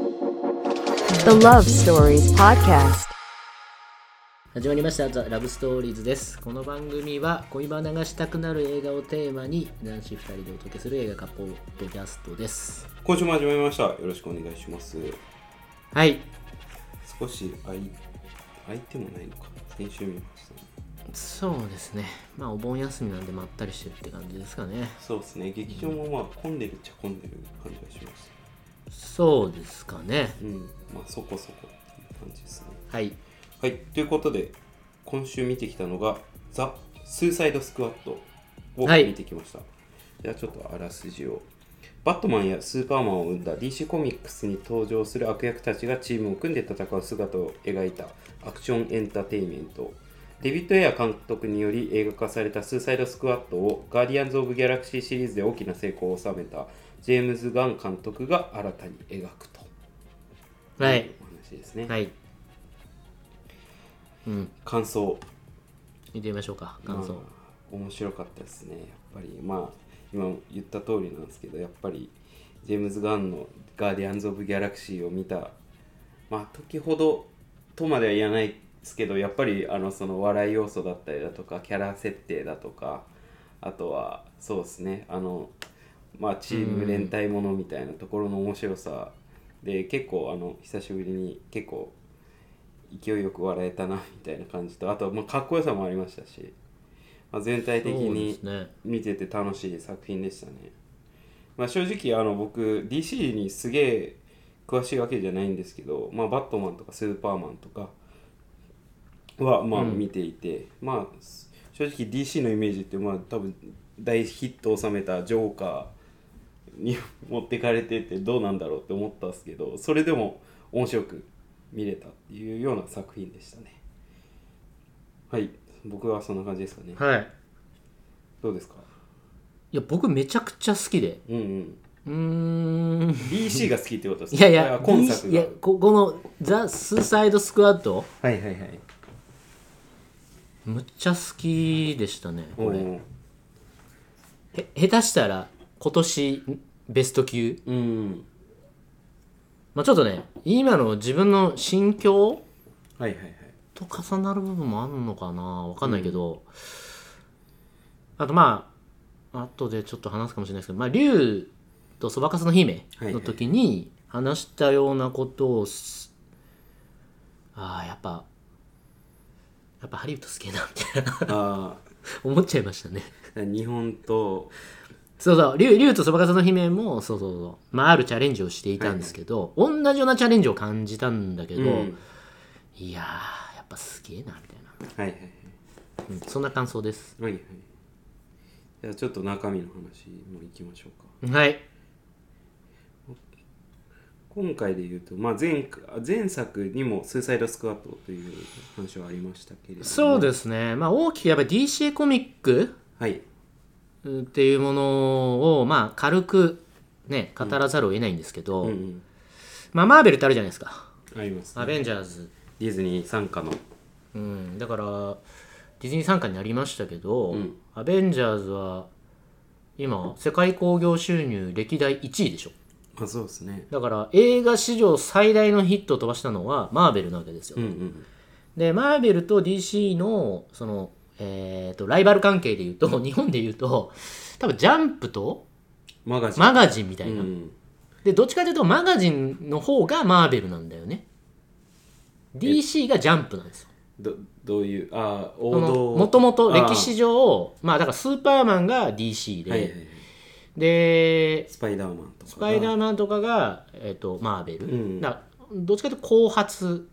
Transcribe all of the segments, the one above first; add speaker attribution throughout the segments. Speaker 1: The Love Stories Podcast.
Speaker 2: 始まりました「ザ・ラブストーリーズ」ですこの番組は恋バナがしたくなる映画をテーマに男子2人でお届けする映画化ポッドキャストです
Speaker 3: 今週も始まりました。よろしくお願いします。
Speaker 2: はい
Speaker 3: 少し空い空いてもないのか。先週見ましたね。
Speaker 2: そうですねまあお盆休みなんでまったりしてるって感じですかね
Speaker 3: そうですね。劇場もまあ混んでるっちゃ混んでる感じがします。
Speaker 2: そうですかね
Speaker 3: うん。まあそこそこっていう感じですね。
Speaker 2: はい
Speaker 3: はい。ということで、今週見てきたのが、ザ・スーサイド・スクワットを
Speaker 2: はい
Speaker 3: 見てきました。じゃあちょっとあらすじを。バットマンやスーパーマンを生んだ DC コミックスに登場する悪役たちがチームを組んで戦う姿を描いたアクションエンターテインメント。デビッド・エア監督により映画化されたスーサイド・スクワットをガーディアンズ・オブ・ギャラクシーシリーズで大きな成功を収めたジェームズ・ガン監督が新たに描くと。
Speaker 2: は
Speaker 3: う
Speaker 2: い
Speaker 3: お話ですね。
Speaker 2: はいうん
Speaker 3: 感想。
Speaker 2: 見てみましょうか感想
Speaker 3: まあ面白かったですねやっぱりまあ今言った通りなんですけどやっぱりジェームズ・ガンの「ガーディアンズ・オブ・ギャラクシー」を見たまあ時ほどとまでは言わないですけどやっぱりあのその笑い要素だったりだとかキャラ設定だとかあとはそうですねあのまあチーム連帯ものみたいなところの面白さで結構あの久しぶりに結構勢いよく笑えたなみたいな感じとあとまあかっこよさもありましたし、まあ、全体的
Speaker 2: そうで
Speaker 3: に
Speaker 2: すね
Speaker 3: 見てて楽しい作品でしたね、まあ、正直あの僕 DC にすげえ詳しいわけじゃないんですけど、まあ、バットマンとかスーパーマンとかはまあ見ていて、まあ正直 DC のイメージってまあ多分大ヒットを収めたジョーカーに持ってかれててどうなんだろうって思ったんですけどそれでも面白く見れたっていうような作品でしたねはい僕はそんな感じですかね
Speaker 2: はい
Speaker 3: どうですか
Speaker 2: いや僕めちゃくちゃ好きで
Speaker 3: うんうん
Speaker 2: うーん
Speaker 3: DC が好きってことです
Speaker 2: い
Speaker 3: ね
Speaker 2: やいや
Speaker 3: 今作
Speaker 2: い
Speaker 3: が
Speaker 2: やここの「ザ・スーサイド・スクワット」
Speaker 3: はいはいはい
Speaker 2: むっちゃ好きでしたね
Speaker 3: お
Speaker 2: これ
Speaker 3: ー
Speaker 2: へ下手したら今年ベスト級、
Speaker 3: うん
Speaker 2: まあ、ちょっとね今の自分の心境
Speaker 3: はいはいはい
Speaker 2: と重なる部分もあるのかなわかんないけど、あとまあ後でちょっと話すかもしれないですけど、まあ、竜とそばかすの姫の時に話したようなことをす、ああやっぱやっぱハリウッド好きやなみたいな
Speaker 3: あ
Speaker 2: 思っちゃいましたね
Speaker 3: あ 日本と
Speaker 2: そうそう、竜竜とそばかすの姫も、そうそうそう、まあ、あるチャレンジをしていたんですけど、同じようなチャレンジを感じたんだけど、
Speaker 3: うん
Speaker 2: いやー、やっぱすげえな、みたいな、
Speaker 3: はいはい
Speaker 2: うんそんな感想です。
Speaker 3: はいはいはいじゃあちょっと中身の話もいきましょうか
Speaker 2: はい。
Speaker 3: 今回で言うと、まあ、前回前作にも「スーサイド・スクワット」という話はありましたけれども
Speaker 2: そうですすね、まあ、大きくやっぱり DC コミック
Speaker 3: はい
Speaker 2: っていうものを、まあ、軽く、ね、語らざるを得ないんですけど、
Speaker 3: うんうん
Speaker 2: まあ、マーベルってあるじゃないですか。
Speaker 3: あります、
Speaker 2: ア
Speaker 3: ね、
Speaker 2: ベンジャーズ
Speaker 3: ディズニー傘下の
Speaker 2: うん、だからディズニー傘下になりましたけど、
Speaker 3: ん
Speaker 2: アベンジャーズは今世界興行収入歴代1位でしょ
Speaker 3: あそうですね
Speaker 2: だから映画史上最大のヒットを飛ばしたのはマーベルなわけですよ、
Speaker 3: うんうん
Speaker 2: でマーベルと DC のその、えー、とライバル関係でいうと、日本でいうと多分ジャンプと
Speaker 3: マガジン
Speaker 2: マガジンみたいな、
Speaker 3: うん
Speaker 2: でどっちかというとマガジンの方がマーベルなんだよね DC がジャンプなんですよ
Speaker 3: どどういうああ王道
Speaker 2: もともと
Speaker 3: ああ
Speaker 2: 歴史上まあだからスーパーマンが DC で、
Speaker 3: はいはいはい
Speaker 2: で
Speaker 3: スパイダーマンとか
Speaker 2: スパイダ
Speaker 3: ー
Speaker 2: ーマンとかが、えっとマーベル、
Speaker 3: うん
Speaker 2: だからどっちかというと後発、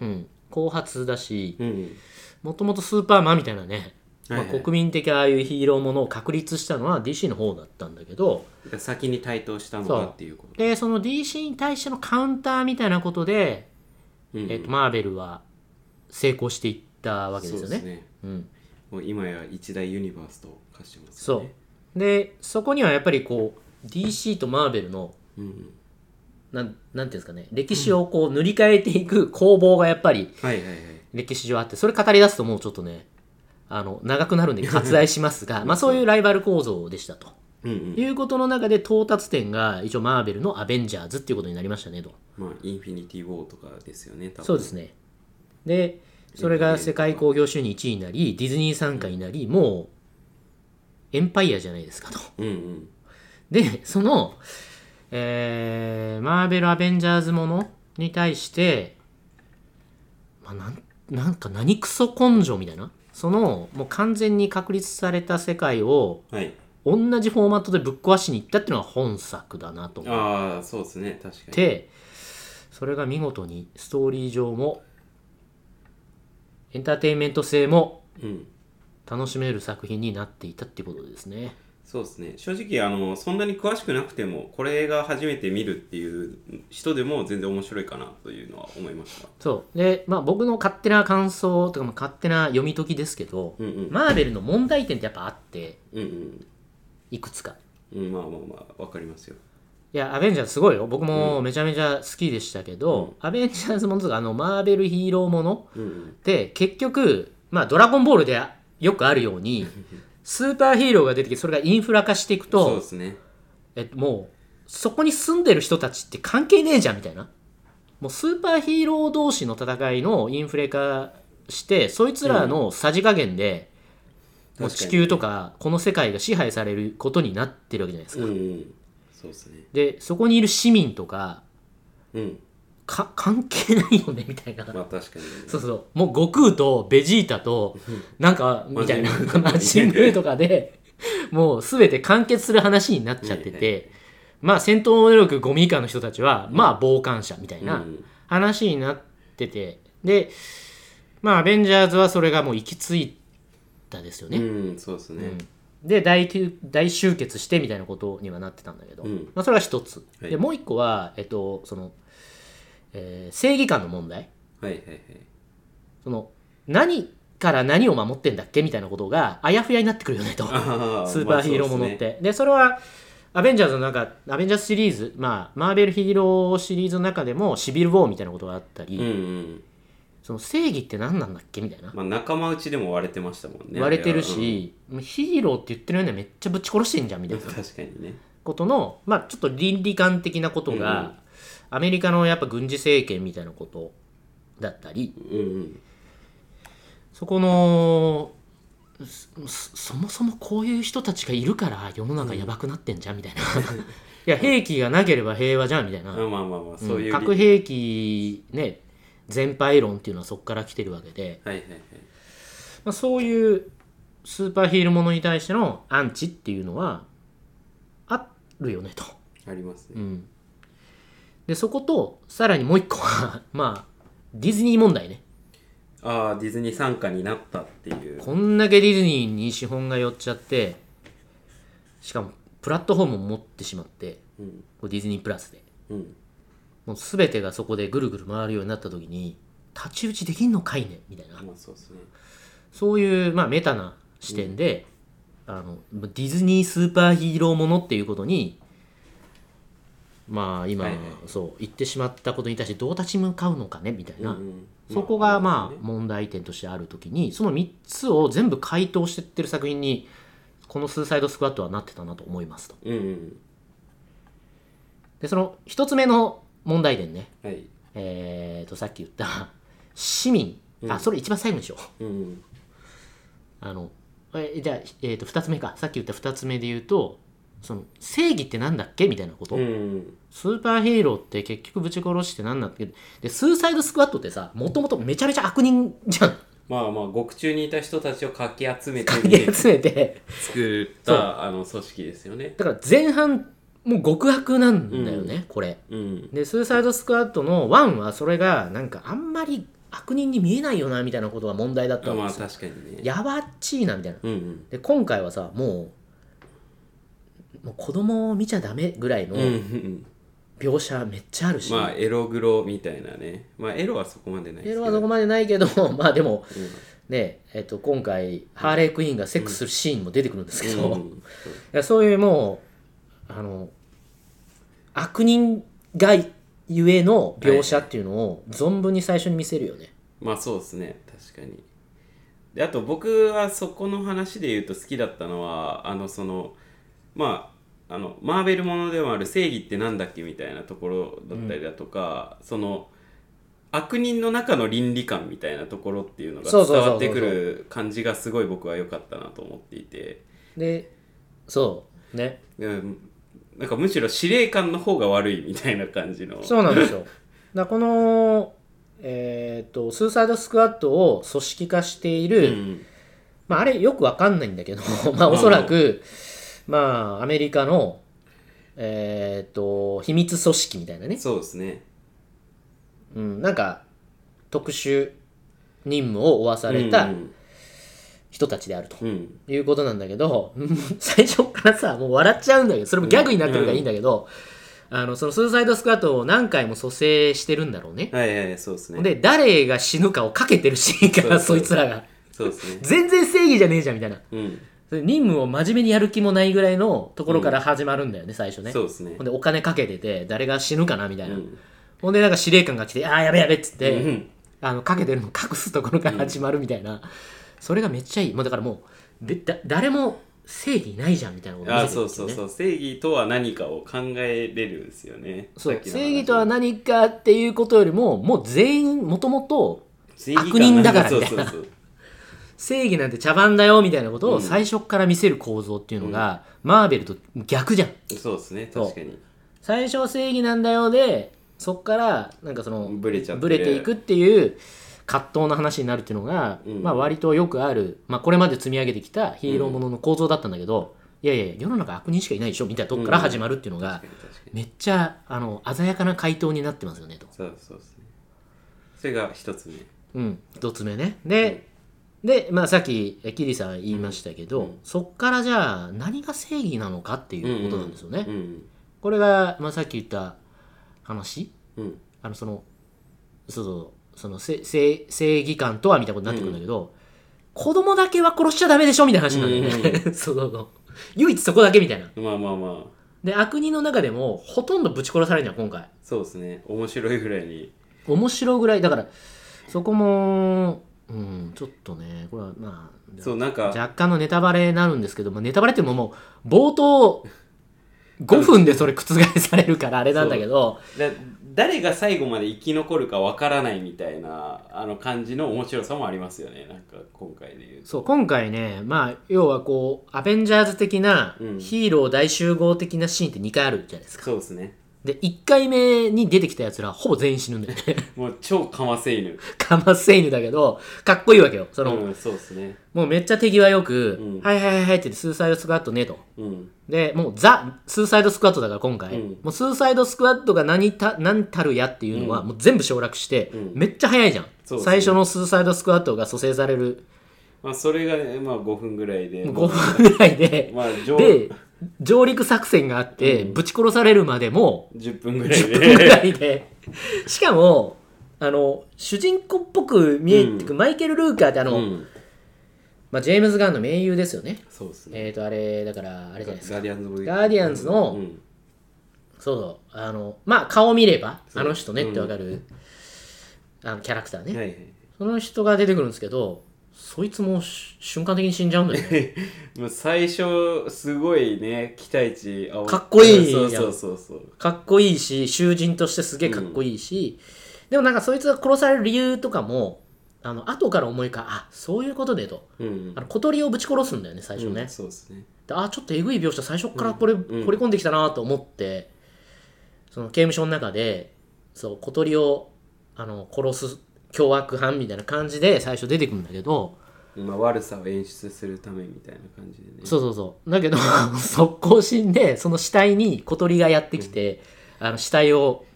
Speaker 2: うん後発だし
Speaker 3: うん
Speaker 2: もともとスーパーマンみたいなね、まあ
Speaker 3: はいはい
Speaker 2: 国民的ああいうヒーローものを確立したのは DC の方だったんだけど
Speaker 3: が先に台頭したのかっていうこと
Speaker 2: でその DC に対してのカウンターみたいなことで、
Speaker 3: うん
Speaker 2: えっとマーベルは成功していったわけですよ
Speaker 3: そう
Speaker 2: ね。
Speaker 3: ですね
Speaker 2: うん
Speaker 3: もう今や一大ユニバースと化してますよ
Speaker 2: そ
Speaker 3: ね
Speaker 2: うでそこにはやっぱりこう DC とマーベルの
Speaker 3: うんうん
Speaker 2: なんなんていうんですかね歴史をこう塗り替えていく攻防がやっぱり
Speaker 3: はいはいはい
Speaker 2: 歴史上あってそれ語り出すともうちょっとねあの長くなるんで割愛しますがまあそういうライバル構造でしたと
Speaker 3: うんうん
Speaker 2: いうことの中で到達点が一応マーベルのアベンジャーズっていうことになりましたねと。
Speaker 3: まあインフィニティ・ウォーとかですよね多分
Speaker 2: そうですね。で、それが世界興行収入1位になり、ディズニー参加になり、もう、エンパイアじゃないですかと。
Speaker 3: うんうん
Speaker 2: で、その、えーマーベル・アベンジャーズものに対して、まあ、なんなんか何クソ根性みたいな、その、もう完全に確立された世界を、
Speaker 3: はい
Speaker 2: 同じフォーマットでぶっ壊しに行ったっていうのが本作だなと思っ
Speaker 3: ああそうですね確かに
Speaker 2: て、それが見事にストーリー上も、エンターテインメント性も
Speaker 3: うん
Speaker 2: 楽しめる作品になっていたってことですね。
Speaker 3: そうですね正直あのそんなに詳しくなくてもこれが初めて見るっていう人でも全然面白いかなというのは思いました
Speaker 2: そう。で、まあ僕の勝手な感想とか、まあ、勝手な読み解きですけど、
Speaker 3: うんうん
Speaker 2: マーベルの問題点ってやっぱあって、
Speaker 3: うん
Speaker 2: いくつか。
Speaker 3: うんうんまあまあまあわかりますよ
Speaker 2: いや、アベンジャーズすごいよ。僕もめちゃめちゃ好きでしたけど、アベンジャーズものとか、あの、マーベルヒーローもの
Speaker 3: うんうん
Speaker 2: で、結局、まあ、ドラゴンボールでよくあるよう に、スーパーヒーローが出てきて、それがインフラ化していく
Speaker 3: そうで
Speaker 2: と、
Speaker 3: すね
Speaker 2: えっと、もう、そこに住んでる人たちって関係ねえじゃん、みたいな。もう、スーパーヒーロー同士の戦いのインフレ化して、そいつらのさじ加減で、もう
Speaker 3: 確か
Speaker 2: 地
Speaker 3: に
Speaker 2: 球とか、この世界が支配されることになってるわけじゃないです
Speaker 3: う
Speaker 2: か。
Speaker 3: んうんそうですね
Speaker 2: で、そこにいる市民とか、
Speaker 3: うん
Speaker 2: か関係ないよねみたいな
Speaker 3: まあ確かに
Speaker 2: そうそうもう悟空とベジータとなんかみたいな
Speaker 3: マジンブーとか
Speaker 2: マジンブーとかでもう全て完結する話になっちゃって
Speaker 3: はいはい
Speaker 2: てまあ戦闘能力5ミ以下の人たちはまあ傍観者みたいな
Speaker 3: うん
Speaker 2: 話になっててでまあアベンジャーズはそれがもう行き着いたですよね
Speaker 3: うんそうですね
Speaker 2: で大集大集結してみたいなことにはなってたんだけど、
Speaker 3: うん
Speaker 2: まあ、それは一つ、
Speaker 3: はい
Speaker 2: でもう一個は、えっとそのえー正義感の問題
Speaker 3: はいはいはい
Speaker 2: その何から何を守ってんだっけみたいなことがあやふやになってくるよねと
Speaker 3: あ
Speaker 2: スーパーヒーローものっ
Speaker 3: まあそう
Speaker 2: て、でそれはアベンジャーズの中アベンジャーズシリーズ、まあ、マーベルヒーローシリーズの中でもシビル・ウォーみたいなことがあったり、
Speaker 3: すねうんうん
Speaker 2: その正義って何なんだっけみたいな、
Speaker 3: まあ仲間内でも割れてましたもんね
Speaker 2: 割れてるし、ヒーローって言ってるようにめっちゃぶち殺してんじゃんみた
Speaker 3: あ
Speaker 2: い
Speaker 3: れは
Speaker 2: な
Speaker 3: うん確かにね
Speaker 2: ことの、まあ、ちょっと倫理観的なことが、
Speaker 3: うんうん
Speaker 2: アメリカのやっぱ軍事政権みたいなことだったり
Speaker 3: うんうん
Speaker 2: そこのそそもそもこういう人たちがいるから世の中やばくなってんじゃんみた いないや兵器がなければ平和じゃんみたいな、
Speaker 3: あまあまあまあそういう理
Speaker 2: 核兵器ね全廃論っていうのはそこから来てるわけで、
Speaker 3: はいはいはい
Speaker 2: まあ、そういうスーパーヒーローものに対してのアンチっていうのはあるよねと。
Speaker 3: あります
Speaker 2: う
Speaker 3: ね
Speaker 2: ん、でそことさらにもう一個はまあディズニー問題ね
Speaker 3: ああディズニー傘下になったっていう
Speaker 2: こんだけディズニーに資本が寄っちゃってしかもプラットフォームを持ってしまって
Speaker 3: うん
Speaker 2: こうディズニープラスで
Speaker 3: うん
Speaker 2: もう全てがそこでぐるぐる回るようになった時に太刀打ちできんのかいねみたいな
Speaker 3: まあそうですね
Speaker 2: そういう、まあ、メタな視点で、あのディズニースーパーヒーローものっていうことにまあ今、
Speaker 3: はいはい
Speaker 2: そう言ってしまったことに対してどう立ち向かうのかねみたいな、
Speaker 3: うん
Speaker 2: そこがまあ
Speaker 3: ね
Speaker 2: 問題点としてあるときにその3つを全部回答してってる作品にこの「スーサイドスクワット」はなってたなと思いますと
Speaker 3: うんうん
Speaker 2: でその1つ目の問題点ね
Speaker 3: はい
Speaker 2: えー、とさっき言った市民あそれ一番最後にしよう
Speaker 3: うん
Speaker 2: あのえじゃあ、えー、と2つ目かさっき言った2つ目で言うとその正義ってなんだっけみたいなこと、
Speaker 3: うんうん
Speaker 2: スーパーヒーローって結局ぶち殺してなんだっけでスーサイドスクワットってさもともとめちゃめちゃ悪人じゃん
Speaker 3: まあまあ獄中にいた人たちをかき集めて
Speaker 2: かき集めて
Speaker 3: 作っ
Speaker 2: そう
Speaker 3: たあの組織ですよね
Speaker 2: だから前半もう極悪なんだよね、これ
Speaker 3: うん
Speaker 2: でスーサイドスクワットの1はそれがなんかあんまり悪人に見えないよなみたいなことが問題だったん
Speaker 3: ま
Speaker 2: で
Speaker 3: あ
Speaker 2: すよ、
Speaker 3: 確かにね
Speaker 2: やばっちいなみたいな
Speaker 3: うんうん
Speaker 2: で今回はさもうもう子供を見ちゃダメぐらいの
Speaker 3: うんうん
Speaker 2: 描写めっちゃあるし、
Speaker 3: まあエログロみたいなねまあエロはそこまでないですけど
Speaker 2: エロはそこまでないけど まあでも、ねえっと、今回ハーレークイーンがセックスするシーンも出てくるんですけど、
Speaker 3: う
Speaker 2: い
Speaker 3: ん
Speaker 2: やそういうもうあの悪人がゆえの描写っていうのを存分に最初に見せるよね、
Speaker 3: まあそうですね確かにであと僕はそこの話で言うと好きだったのはあのそのまああのマーベルものでもある正義ってなんだっけみたいなところだったりだとか、その悪人の中の倫理観みたいなところっていうのが
Speaker 2: そう
Speaker 3: 伝
Speaker 2: そうそうそう
Speaker 3: わってくる感じがすごい僕は良かったなと思っていて
Speaker 2: でそうね
Speaker 3: うんなんかむしろ司令官の方が悪いみたいな感じの
Speaker 2: そうなんですよ。だからこの、えっ、と、スーサイドスクワットを組織化している、
Speaker 3: うん
Speaker 2: まあ、あれよくわかんないんだけど、 まあ、おそらく、まあ、アメリカの、えっ、と、秘密組織みたいなね。
Speaker 3: そうですね
Speaker 2: うん、なんか、特殊任務を負わされ
Speaker 3: う
Speaker 2: た
Speaker 3: ん
Speaker 2: 人たちであると。
Speaker 3: うん
Speaker 2: いうことなんだけど、 最初からさ、もう笑っちゃうんだけど、それもギャグになってるからいいんだけど、あの、そのスーサイドスクワットを何回も蘇生してるんだろうね。
Speaker 3: はいはいはいそうですね
Speaker 2: で、誰が死ぬかをかけてるシーンから、
Speaker 3: そ
Speaker 2: そうい
Speaker 3: そ
Speaker 2: つ
Speaker 3: う
Speaker 2: らが。
Speaker 3: そうですね
Speaker 2: 全然正義じゃねえじゃん、みたいな。
Speaker 3: うん
Speaker 2: それ任務を真面目にやる気もないぐらいのところから始まるんだよね、最初ね。
Speaker 3: そうですね
Speaker 2: ほんで、お金かけてて、誰が死ぬかな、みたいうな。
Speaker 3: ん
Speaker 2: ほんで、なんか司令官が来て、ああ、やべやべっつっ
Speaker 3: う
Speaker 2: て、
Speaker 3: ん
Speaker 2: あの、かけてるの隠すところから始まるみたいな。それがめっちゃいい。もうだからもう、でだ誰も正義ないじゃん、みたいなことを見せ
Speaker 3: あ
Speaker 2: て
Speaker 3: そ
Speaker 2: るん
Speaker 3: う
Speaker 2: です
Speaker 3: そ
Speaker 2: よ
Speaker 3: う
Speaker 2: ね
Speaker 3: そう正義とは何かを考えれるんですよね
Speaker 2: そう
Speaker 3: さっきの話
Speaker 2: 正義とは何かっていうことよりも、もう全員、もともと、
Speaker 3: 正義
Speaker 2: 悪人だから
Speaker 3: そ
Speaker 2: み
Speaker 3: う
Speaker 2: たい
Speaker 3: そう
Speaker 2: な
Speaker 3: そう
Speaker 2: 正義なんて茶番だよみたいなこと
Speaker 3: う
Speaker 2: を
Speaker 3: ん
Speaker 2: 最初から見せる構造っていうのが、マーベルと逆じゃん
Speaker 3: そうですね
Speaker 2: そう
Speaker 3: 確かに
Speaker 2: 最初は正義なんだよでそっからなんかその
Speaker 3: ブレちゃって
Speaker 2: ていくっていう葛藤の話になるっていうのが、
Speaker 3: うん
Speaker 2: まあ割とよくある、まあ、これまで積み上げてきたヒーローものの構造だったんだけど、いやいや世の中悪人しかいないでしょみたいなとこから始まるっていうのが、
Speaker 3: 確かに確かに
Speaker 2: めっちゃあの鮮やかな回答になってますよねと。
Speaker 3: そうそうですねそれが一つ目
Speaker 2: うん、一つ目ね。で、でまあ、さっきえキリさん言いましたけど、
Speaker 3: うん
Speaker 2: そっからじゃあ何が正義なのかっていうことなんですよね。
Speaker 3: うん
Speaker 2: これが、まあ、さっき言った話
Speaker 3: うん
Speaker 2: あのそのそうそうそのせ正正義感とはみたいなことになってくるんだけど、子供だけは殺しちゃダメでしょみたいな話なんだよね。 そうそうそう唯一そこだけみたいな。
Speaker 3: まあまあまあ
Speaker 2: で悪人の中でもほとんどぶち殺されるじゃん今回。
Speaker 3: そうですね面白いぐらいに
Speaker 2: 面白いぐらいだからそこも、うん、ちょっとねこれはまあ
Speaker 3: そうなんか
Speaker 2: 若干のネタバレになるんですけど、まあ、ネタバレっていうのももう冒頭5分でそれ覆されるからあれなんだけど
Speaker 3: だ誰が最後まで生き残るかわからないみたいなあの感じの面白さもありますよねなんか今回で言うと
Speaker 2: そう今回ねまあ要はこうアベンジャーズ的な
Speaker 3: うん
Speaker 2: ヒーロー大集合的なシーンって2回あるじゃないですか
Speaker 3: そうですね
Speaker 2: で1回目に出てきたやつらほぼ全員死ぬんだよね
Speaker 3: もう超かませ犬
Speaker 2: かませ犬だけどかっこいいわけよその、
Speaker 3: うんそうですね
Speaker 2: もうめっちゃ手際よく「
Speaker 3: うん
Speaker 2: はいはいはいはい」ってスーサイドスクワットねと
Speaker 3: うん
Speaker 2: で、もうザ・スーサイドスクワットだから今回、
Speaker 3: うん
Speaker 2: もうスーサイドスクワットが何た何たるやっていうのは、
Speaker 3: う
Speaker 2: もう全部省略して、
Speaker 3: うん
Speaker 2: めっちゃ早いじゃん、
Speaker 3: そうですね
Speaker 2: 最初のスーサイドスクワットが蘇生される
Speaker 3: まあそれがねまあ5分ぐらいで
Speaker 2: 5分ぐらいで、
Speaker 3: まあ上
Speaker 2: で、上陸作戦があって、ぶち殺されるまでも
Speaker 3: 10分ぐらい
Speaker 2: 10分ぐら
Speaker 3: で
Speaker 2: いで、しかも、あの、主人公っぽく見えてく、
Speaker 3: う
Speaker 2: マイケル・ルーカーってあ
Speaker 3: う
Speaker 2: の、
Speaker 3: ん
Speaker 2: まあ、ジェームズ・ガンの盟友ですよね。
Speaker 3: そうですね
Speaker 2: えっ、ー、と、あれ、だから、あれじゃないですか。
Speaker 3: ガーディアンズ・オブ
Speaker 2: ガーディアンズの
Speaker 3: うん
Speaker 2: そうそうあのまあ顔見れば
Speaker 3: そう
Speaker 2: あの人ね
Speaker 3: うん
Speaker 2: ってわかる、あのキャラクターね、
Speaker 3: はいはい
Speaker 2: その人が出てくるんですけどそいつもし瞬間的に死んじゃうんだよね
Speaker 3: もう最初すごいね期待値煽
Speaker 2: かっこいい
Speaker 3: そう
Speaker 2: やん
Speaker 3: そうそうそう
Speaker 2: かっこいいし囚人としてすげえかっこいいし、でもなんかそいつが殺される理由とかもあの後から思いかあそういうことねと
Speaker 3: うん
Speaker 2: あの小鳥をぶち殺すんだよね最初ね、
Speaker 3: うんそうですね
Speaker 2: であちょっとえぐい描写最初からこれ
Speaker 3: んうん
Speaker 2: 掘り込んできたなと思って、その刑務所の中でそう小鳥をあの殺す凶悪犯みたいな感じで最初出てくるんだけど、
Speaker 3: まあ悪さを演出するためみたいな感じでね
Speaker 2: そうそうそうだけど 速攻死んでその死体に小鳥がやってきて、あの死体を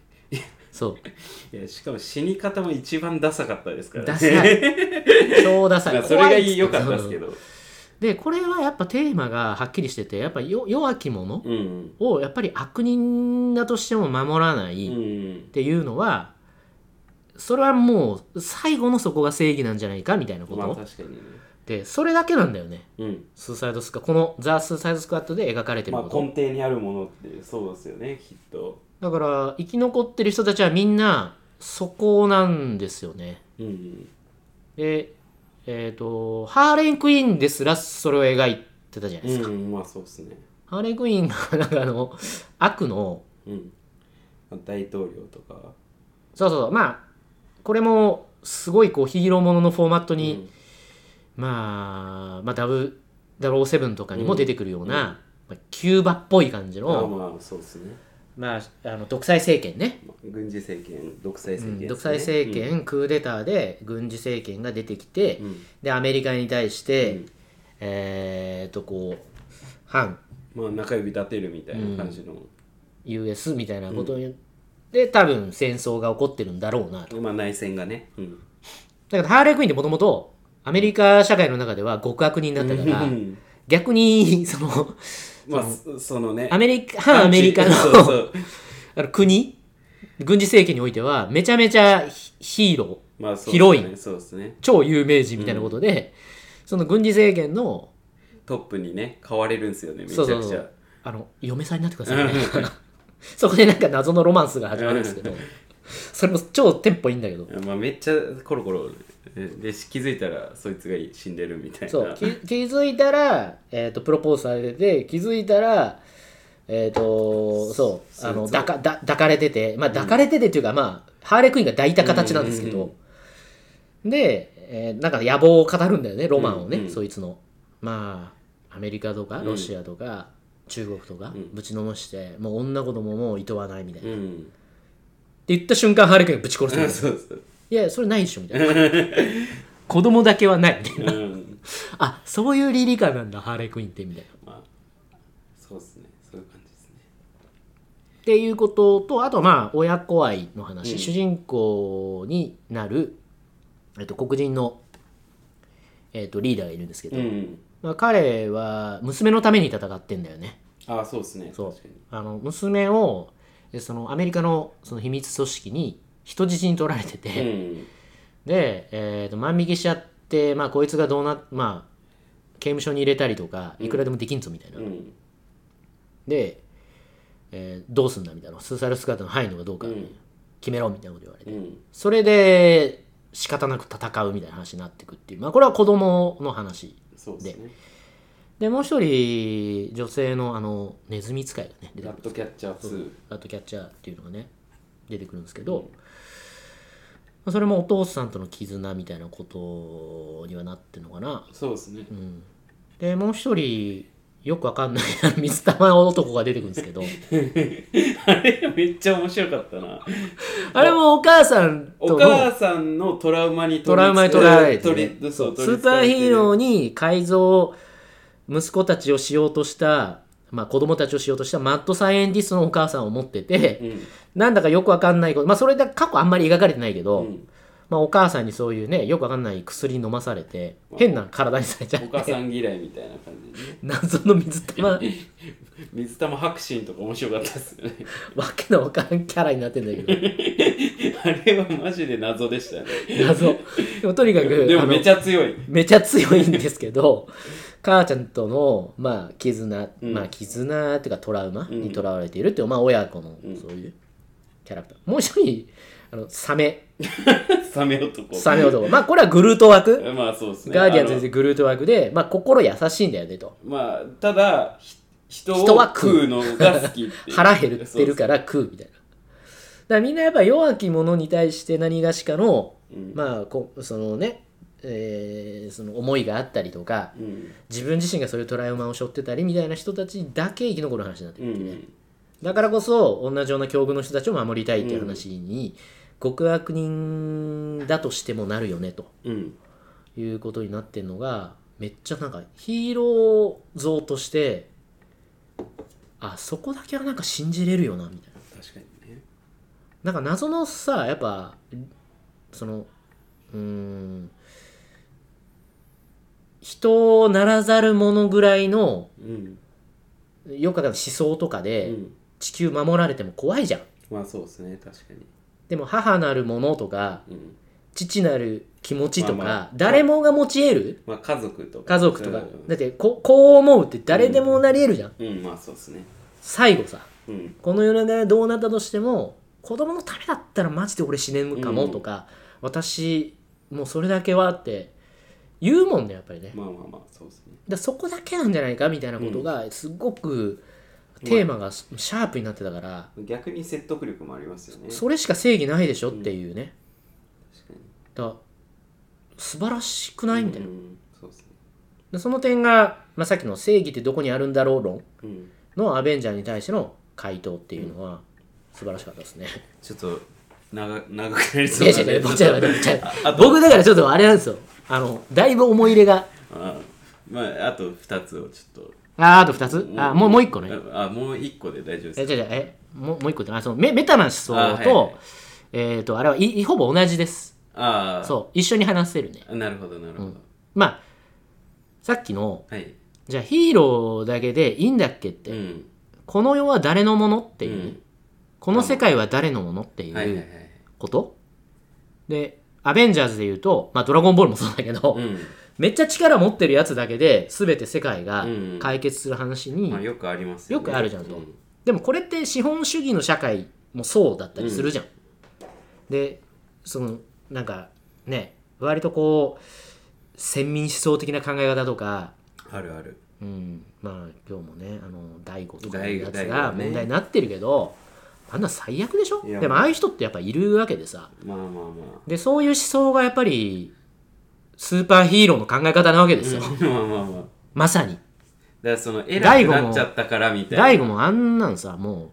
Speaker 2: そう
Speaker 3: いやしかも死に方も一番ダサかったですから
Speaker 2: ダサい超ダサ
Speaker 3: まあ
Speaker 2: い
Speaker 3: それが
Speaker 2: 怖いっつ
Speaker 3: い
Speaker 2: て
Speaker 3: い良かったですけ
Speaker 2: そう
Speaker 3: ど
Speaker 2: でこれはやっぱテーマがはっきりしててやっぱよ弱き者
Speaker 3: うん
Speaker 2: をやっぱり悪人だとしても守らない、
Speaker 3: うん
Speaker 2: っていうのはそれはもう最後のそこが正義なんじゃないかみたいなこ
Speaker 3: まあ
Speaker 2: と
Speaker 3: 確かにね
Speaker 2: でそれだけなんだよね
Speaker 3: うん
Speaker 2: スーサイドスカこのザ・スーサイドスクワットで描かれてる
Speaker 3: まあ
Speaker 2: こ
Speaker 3: 根
Speaker 2: と
Speaker 3: 底にあるものってそうですよねきっと
Speaker 2: だから生き残ってる人たちはみんなそこなんですよね
Speaker 3: うん
Speaker 2: でえっ、とハーレン・クイーンですらそれを描いてたじゃないうですか、
Speaker 3: んまあそうですね
Speaker 2: ハーレークイーンがなんかあの悪の
Speaker 3: うん、大統領とか
Speaker 2: そうそうまあこれもすごいこうヒーローもののフォーマットに、まあ、まあ、ダブ007とかにも出てくるような、まあ、キューバっぽい感じ
Speaker 3: うんあ
Speaker 2: の、
Speaker 3: まあそうですね、
Speaker 2: まあ、あの独裁政権ね
Speaker 3: まあ軍事政権独裁政権、
Speaker 2: 独裁政、権、クーデターで軍事政権が出てきて、
Speaker 3: うん
Speaker 2: でアメリカに対して、
Speaker 3: うん
Speaker 2: えーっとこう反
Speaker 3: まあ中指立てるみたいな感じの、
Speaker 2: US みたいなことに、で多分戦争が起こってるんだろうなと
Speaker 3: まあ内戦がね、うん、
Speaker 2: だからハーレークイーンってもともとアメリカ社会の中では極悪人だったから、
Speaker 3: うん
Speaker 2: 逆にそ の
Speaker 3: まあそそのね
Speaker 2: アメリカ反アメリカの
Speaker 3: そうそう
Speaker 2: あの国軍事政権においてはめちゃめちゃヒヒーロー
Speaker 3: ま あそうっすね
Speaker 2: ヒロイン
Speaker 3: そうですね
Speaker 2: 超有名人みたいなことで、その軍事政権の
Speaker 3: トップにね買われるんですよねめち
Speaker 2: そ
Speaker 3: ゃ
Speaker 2: う
Speaker 3: くち
Speaker 2: そうそ
Speaker 3: ゃ
Speaker 2: うあの嫁さんになってくださいね そこでなんか謎のロマンスが始まるんですけどそれも超テンポいいんだけど
Speaker 3: まあ、めっちゃコロコロえで気づいたらそいつが死んでるみたいな
Speaker 2: そうき気づいたら、えー、とプロポーズされてて気づいたらえっ、とそうあの
Speaker 3: そうそう
Speaker 2: 抱かだ抱かれててまあ抱かれててっていうか、まあハーレークイーンが抱いた形なんですけ
Speaker 3: うんうん
Speaker 2: ど、で、えーなんか野望を語るんだよねロマンをね、
Speaker 3: うんうん
Speaker 2: そいつのまあアメリカとかロシアとか、中国とか、
Speaker 3: ん
Speaker 2: ぶちのめしてもう女子供もいとわないみたいな、
Speaker 3: う
Speaker 2: って
Speaker 3: ん
Speaker 2: 言った瞬間ハーレークイーンがぶち殺すんですよ
Speaker 3: そうそう
Speaker 2: いやそれないでしょみた いな子供だけはないみたいな
Speaker 3: うん
Speaker 2: あそういうリリカなんだハーレークイーンってみたいな
Speaker 3: まあそうですねそういう感じですね
Speaker 2: っていうこととあとまあ親子愛の話、
Speaker 3: うん
Speaker 2: 主人公になる、えっと、黒人の、えっと、リーダーがいるんですけど、
Speaker 3: うん
Speaker 2: まあ、彼は娘のために戦ってんだよね
Speaker 3: ああそうですね
Speaker 2: そう
Speaker 3: 確かに
Speaker 2: あの娘をえそのアメリカのその秘密組織に人質に取られてて、
Speaker 3: うん
Speaker 2: で、えっと万引きしちゃって、まあ、こいつがどうなまあ刑務所に入れたりとかいくらでもできんぞみたいな、
Speaker 3: うん
Speaker 2: で、えーどうすんだみたいなスーサルスカートの範囲のかどうか
Speaker 3: うん
Speaker 2: 決めろみたいなこと言われて、
Speaker 3: うん
Speaker 2: それで仕方なく戦うみたいな話になってくっていうまあこれは子供の話
Speaker 3: そうですね
Speaker 2: でもう一人女性のあのネズミ使いがね出てく
Speaker 3: ラッ
Speaker 2: る
Speaker 3: トキャッチャー2
Speaker 2: ラットキャッチャーっていうのがね出てくるんですけど、まあそれもお父さんとの絆みたいなことにはなってるのかな
Speaker 3: そうですね
Speaker 2: でもう一人よくわかんない水玉男が出てくるんですけど
Speaker 3: あれ めっちゃ面白かったな
Speaker 2: あれもお母さんとの
Speaker 3: お母さんのトラウマに
Speaker 2: トラウマに取られて
Speaker 3: 取
Speaker 2: ね、
Speaker 3: り
Speaker 2: そ
Speaker 3: そうう
Speaker 2: スーパーヒーロー
Speaker 3: に
Speaker 2: に改造息子たちをしようとした、まあ、子供たちをしようとしたマッドサイエンティストのお母さんを持ってて、
Speaker 3: うん
Speaker 2: なんだかよくわかんないこと、まあ、それだ過去あんまり描かれてないけど、
Speaker 3: うん
Speaker 2: まあ、お母さんにそういうねよくわかんない薬飲まされて変な体にされちゃっ
Speaker 3: お母
Speaker 2: て
Speaker 3: さん嫌いみたいな感じでね
Speaker 2: 謎の水玉わ
Speaker 3: 水玉白心とか面白かったですよ ね
Speaker 2: けのわからんキャラになってんだけど
Speaker 3: あれはマジで謎でしたね
Speaker 2: 謎でもとにかく
Speaker 3: で
Speaker 2: あ
Speaker 3: も
Speaker 2: の
Speaker 3: めちゃ強い
Speaker 2: めちゃ強いんですけ ど母ちゃんとの、まあ、絆、
Speaker 3: うん
Speaker 2: まあ絆っていうかトラウマ
Speaker 3: ん
Speaker 2: にとらわれているっていう、まあ、親子のそういうキャラクター、もう一人あのサメ
Speaker 3: サメ男
Speaker 2: サメ男まあこれはグルート枠
Speaker 3: まあそうですね
Speaker 2: ガーディアン先
Speaker 3: あ
Speaker 2: 生グルート枠で、まあ、心優しいんだよねと
Speaker 3: のまあただひ人を
Speaker 2: 人は食う
Speaker 3: 食うのが好きっていう
Speaker 2: 腹減ってるから食うみたいなだからみんなやっぱ弱き者に対して何がしかの、まあこそのね、えーその思いがあったりとか、
Speaker 3: そううん
Speaker 2: 自分自身がそういうトラウマを背負ってたりみたいな人たちだけ生き残る話になって
Speaker 3: う
Speaker 2: るっていうね、
Speaker 3: ん
Speaker 2: だからこそ同じような境遇の人たちを守りたいっていう話に、極悪人だとしてもなるよねと
Speaker 3: うん
Speaker 2: いうことになってるのがめっちゃなんかヒーロー像としてあそこだけはなんか信じれるよなみたいな
Speaker 3: 確かにね
Speaker 2: なんか謎のさやっぱそのうーん人をならざる者ぐらいの
Speaker 3: うん
Speaker 2: よくわかんない思想とか
Speaker 3: う
Speaker 2: で
Speaker 3: ん
Speaker 2: 地球守られても怖いじゃん、
Speaker 3: まあそうですね確かに
Speaker 2: でも母なるものとか
Speaker 3: うん
Speaker 2: 父なる気持ちとか、
Speaker 3: まあまあ
Speaker 2: 誰もが持ち得る
Speaker 3: まあ家族とか
Speaker 2: 家族とか、
Speaker 3: うん
Speaker 2: だってここう思うって誰でもなり得るじゃん、
Speaker 3: うんまあそうですね
Speaker 2: 最後さ
Speaker 3: うん
Speaker 2: この世の中でどうなったとしても子供のためだったらマジで俺死ねんかもとか、私もうそれだけはって言うもんねやっぱりね、
Speaker 3: まあまあまあそうですね
Speaker 2: でそこだけなんじゃないかみたいなことがすごくテーマがシャープになってたから、
Speaker 3: 逆に説得力もありますよね
Speaker 2: それしか正義ないでしょっていうね、
Speaker 3: 確かに
Speaker 2: だから素晴らしくないみたいな、
Speaker 3: うんそうですね
Speaker 2: でその点が、まあ、さっきの正義ってどこにあるんだろう論
Speaker 3: うん
Speaker 2: のアベンジャーに対しての回答っていうのは素晴らしかったですね、
Speaker 3: ちょっと長長くなり
Speaker 2: い
Speaker 3: そう
Speaker 2: や
Speaker 3: なん
Speaker 2: いやい
Speaker 3: で
Speaker 2: や、 ちょっと待ってちょっと
Speaker 3: ああと
Speaker 2: 僕だからちょっとあれなんですよ。あの、だいぶ思い入れが。
Speaker 3: あまああと2つをちょっと
Speaker 2: あー、あと2つあ、もう、もう1個ね。
Speaker 3: ああもう1個で大丈夫
Speaker 2: え、
Speaker 3: です
Speaker 2: じゃじゃえ、もうもう1個って、あ、そのメメタな思想と、
Speaker 3: あはいはい
Speaker 2: えっ、と、あれはいいほぼ同じです。
Speaker 3: ああ
Speaker 2: そう、一緒に話せるね。
Speaker 3: うなるほどなるほど、
Speaker 2: まあ、さっきの、
Speaker 3: はい
Speaker 2: じゃあヒーローだけでいいんだっけって、
Speaker 3: うん
Speaker 2: この世は誰のものって
Speaker 3: う
Speaker 2: いう、
Speaker 3: ん
Speaker 2: この世界は誰のものってい
Speaker 3: はいはいうはい
Speaker 2: こと、で、アベンジャーズで言うと、まあ、ドラゴンボールもそうだけど、
Speaker 3: うん
Speaker 2: めっちゃ力持ってるやつだけで全て世界が
Speaker 3: うん
Speaker 2: 解決する話に、
Speaker 3: まあよくありますよ、ね、
Speaker 2: よくあるじゃんと
Speaker 3: う
Speaker 2: でもこれって資本主義の社会もそうだったりするじゃん、でそのなんかね割とこう先民思想的な考え方とか、
Speaker 3: あるある
Speaker 2: うん、まあ今日もねあの大悟とかいう
Speaker 3: 大
Speaker 2: や
Speaker 3: 悟
Speaker 2: つが
Speaker 3: 大悟ね
Speaker 2: 問題になってるけど、あんな最悪でしょ
Speaker 3: いや
Speaker 2: でもああいう人ってやっぱいるわけでさ
Speaker 3: まあまあま
Speaker 2: でそういう思想がやっぱりスーパーヒーローの考え方なわけですよ、
Speaker 3: あ まあまあまあ
Speaker 2: まさに
Speaker 3: だからその
Speaker 2: 大
Speaker 3: 偉く
Speaker 2: 悟も
Speaker 3: なっちゃったからみたいな
Speaker 2: 大悟もあんなんさも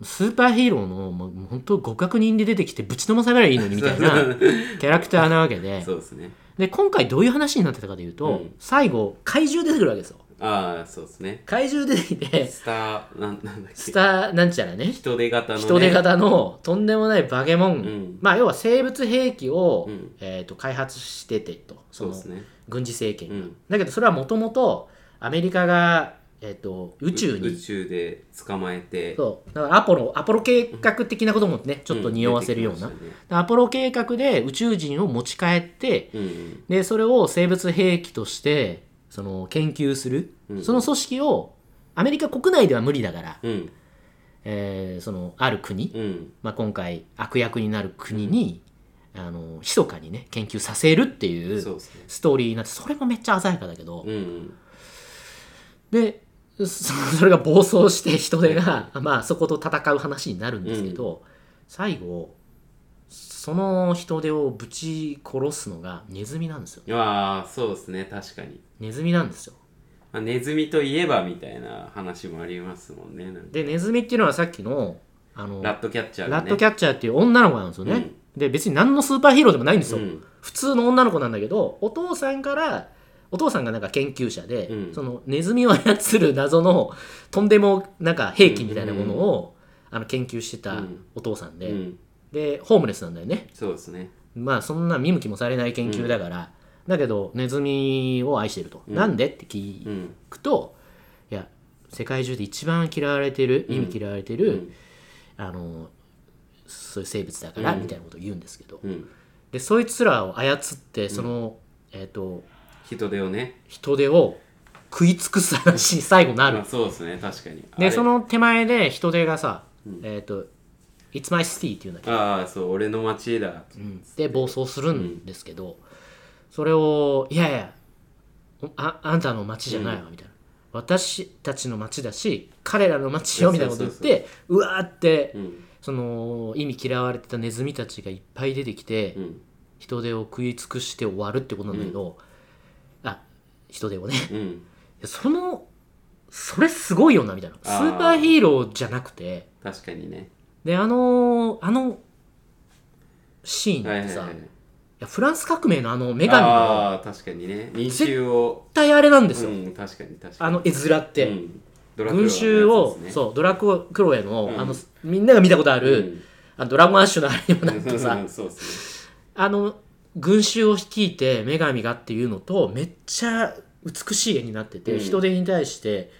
Speaker 2: うスーパーヒーローのもうもう本当互角人で出てきてぶちのまさればいいのにみたいなキャラクターなわけで
Speaker 3: そうですね
Speaker 2: で今回どういう話になってたかというと、
Speaker 3: うん
Speaker 2: 最後怪獣出てくるわけですよ
Speaker 3: ああそうですね
Speaker 2: 怪獣出てきて
Speaker 3: スターなんなんだっけ
Speaker 2: スターなんちゃらね
Speaker 3: 人手型の、ね、
Speaker 2: 人手型のとんでもないバケモン、
Speaker 3: ん
Speaker 2: まあ要は生物兵器を、
Speaker 3: うん
Speaker 2: えー、と開発しててと
Speaker 3: そ
Speaker 2: そうの
Speaker 3: ですね
Speaker 2: 軍事政権が、
Speaker 3: うん
Speaker 2: だけどそれはもともとアメリカが、えー、と宇宙
Speaker 3: 宇
Speaker 2: に
Speaker 3: 宙で捕まえて
Speaker 2: そうだからアポロアポロ計画的なこともね、ちょっと匂わせるような、
Speaker 3: ん出てきまし
Speaker 2: アポロ計画で宇宙人を持ち帰って
Speaker 3: たねうん
Speaker 2: でそれを生物兵器としてその研究する、
Speaker 3: うん
Speaker 2: その組織をアメリカ国内では無理だから、
Speaker 3: うん
Speaker 2: えーそのある国、
Speaker 3: うんうん
Speaker 2: まあ、今回悪役になる国に、あの密かにね研究させるってい
Speaker 3: そう
Speaker 2: う
Speaker 3: ですね
Speaker 2: ストーリーになってそれもめっちゃ鮮やかだけど、
Speaker 3: うんうん
Speaker 2: でそ それが暴走して人手が、まあ、そこと戦う話になるんですけど、最後その人手をぶち殺すのがネズミなんですよ
Speaker 3: ああそうですね確かに、
Speaker 2: ネズミなんですよ
Speaker 3: まあ、ネズミといえばみたいな話もありますもんねなんか
Speaker 2: でネズミっていうのはさっきのあの
Speaker 3: ラットキャッチャーが
Speaker 2: ラ
Speaker 3: ね
Speaker 2: ットキャッチャーっていう女の子なんですよね、
Speaker 3: うん
Speaker 2: で別に何のスーパーヒーローでもないんですよ、
Speaker 3: うん
Speaker 2: 普通の女の子なんだけどお父さんからお父さんがなんか研究者で、
Speaker 3: うん
Speaker 2: そのネズミを操る謎のとんでもなんか兵器みたいなものを、あの研究してたお父さんで、
Speaker 3: うん
Speaker 2: でホームレスなんだよね
Speaker 3: そうですね
Speaker 2: まあそんな見向きもされない研究だから、だけどネズミを愛してると、なんでって
Speaker 3: う
Speaker 2: 聞
Speaker 3: ん
Speaker 2: くと、いや世界中で一番嫌われてる意味嫌われてる、
Speaker 3: うん
Speaker 2: あのそういう生物だから、みたいなことを言うんですけど、
Speaker 3: うん
Speaker 2: でそいつらを操ってその、えっ、と
Speaker 3: 人手をね
Speaker 2: 人手を食い尽くす話に最後なる
Speaker 3: まあそうですね確かにあ
Speaker 2: で
Speaker 3: れ
Speaker 2: その手前で人手がさ「えっ、と It's my city」っていうんだけど
Speaker 3: ああそう俺の町だ、
Speaker 2: で暴走するんですけど、それを「いやいやおああんたの町じゃないわ」みたいな「私たちの町だし彼らの町よ」みたいなこと言っ
Speaker 3: そうそう
Speaker 2: てうわーって、
Speaker 3: うん
Speaker 2: その意味嫌われてたネズミたちがいっぱい出てきて、
Speaker 3: うん
Speaker 2: 人手を食い尽くして終わるってことなんだけど、あ人手をねい
Speaker 3: うん
Speaker 2: やそのそれすごいよなみたいなス
Speaker 3: あー
Speaker 2: ーパーヒーローじゃなくて
Speaker 3: 確かにね
Speaker 2: であのあのシー
Speaker 3: はい
Speaker 2: ンっ
Speaker 3: は
Speaker 2: て
Speaker 3: い
Speaker 2: さ、
Speaker 3: はいい
Speaker 2: やフランス革命のあの女神の
Speaker 3: ああ確かにね民衆を
Speaker 2: 絶対あれなんです
Speaker 3: う
Speaker 2: よ、
Speaker 3: ん確かに確かに
Speaker 2: あの絵面って、
Speaker 3: うんドラクロの
Speaker 2: 群衆を、
Speaker 3: やつですね
Speaker 2: そうドラクロエの,、
Speaker 3: うん
Speaker 2: あのみんなが見たことある、
Speaker 3: うん
Speaker 2: あのドラゴンアッシュのあれにもなっ
Speaker 3: う
Speaker 2: て
Speaker 3: ん
Speaker 2: さ
Speaker 3: そうですね
Speaker 2: あの群衆を率いて女神がっていうのとめっちゃ美しい絵になってて、
Speaker 3: うん
Speaker 2: 人手に対して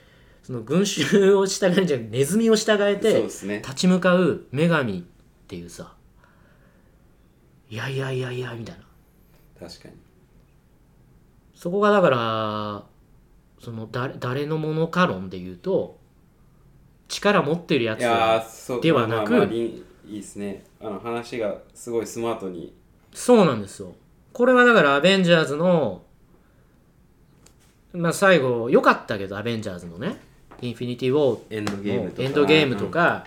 Speaker 2: その群衆を従えるんじゃなくてネズミを従え
Speaker 3: そう
Speaker 2: て
Speaker 3: ですね
Speaker 2: 立ち向かう女神っていうさいやいやいやいやみたいな
Speaker 3: 確かに
Speaker 2: そこがだからその誰誰のものか論で言うと力持ってるやつ
Speaker 3: いやーそう
Speaker 2: ではなく
Speaker 3: まあまあまあいいいいですねあの話がすごいスマートに
Speaker 2: そうなんですよこれはだからアベンジャーズの、まあ最後、良かったけど、アベンジャーズのね、インフィニティ・ウォー
Speaker 3: エンドゲームとか
Speaker 2: エンドゲームとか、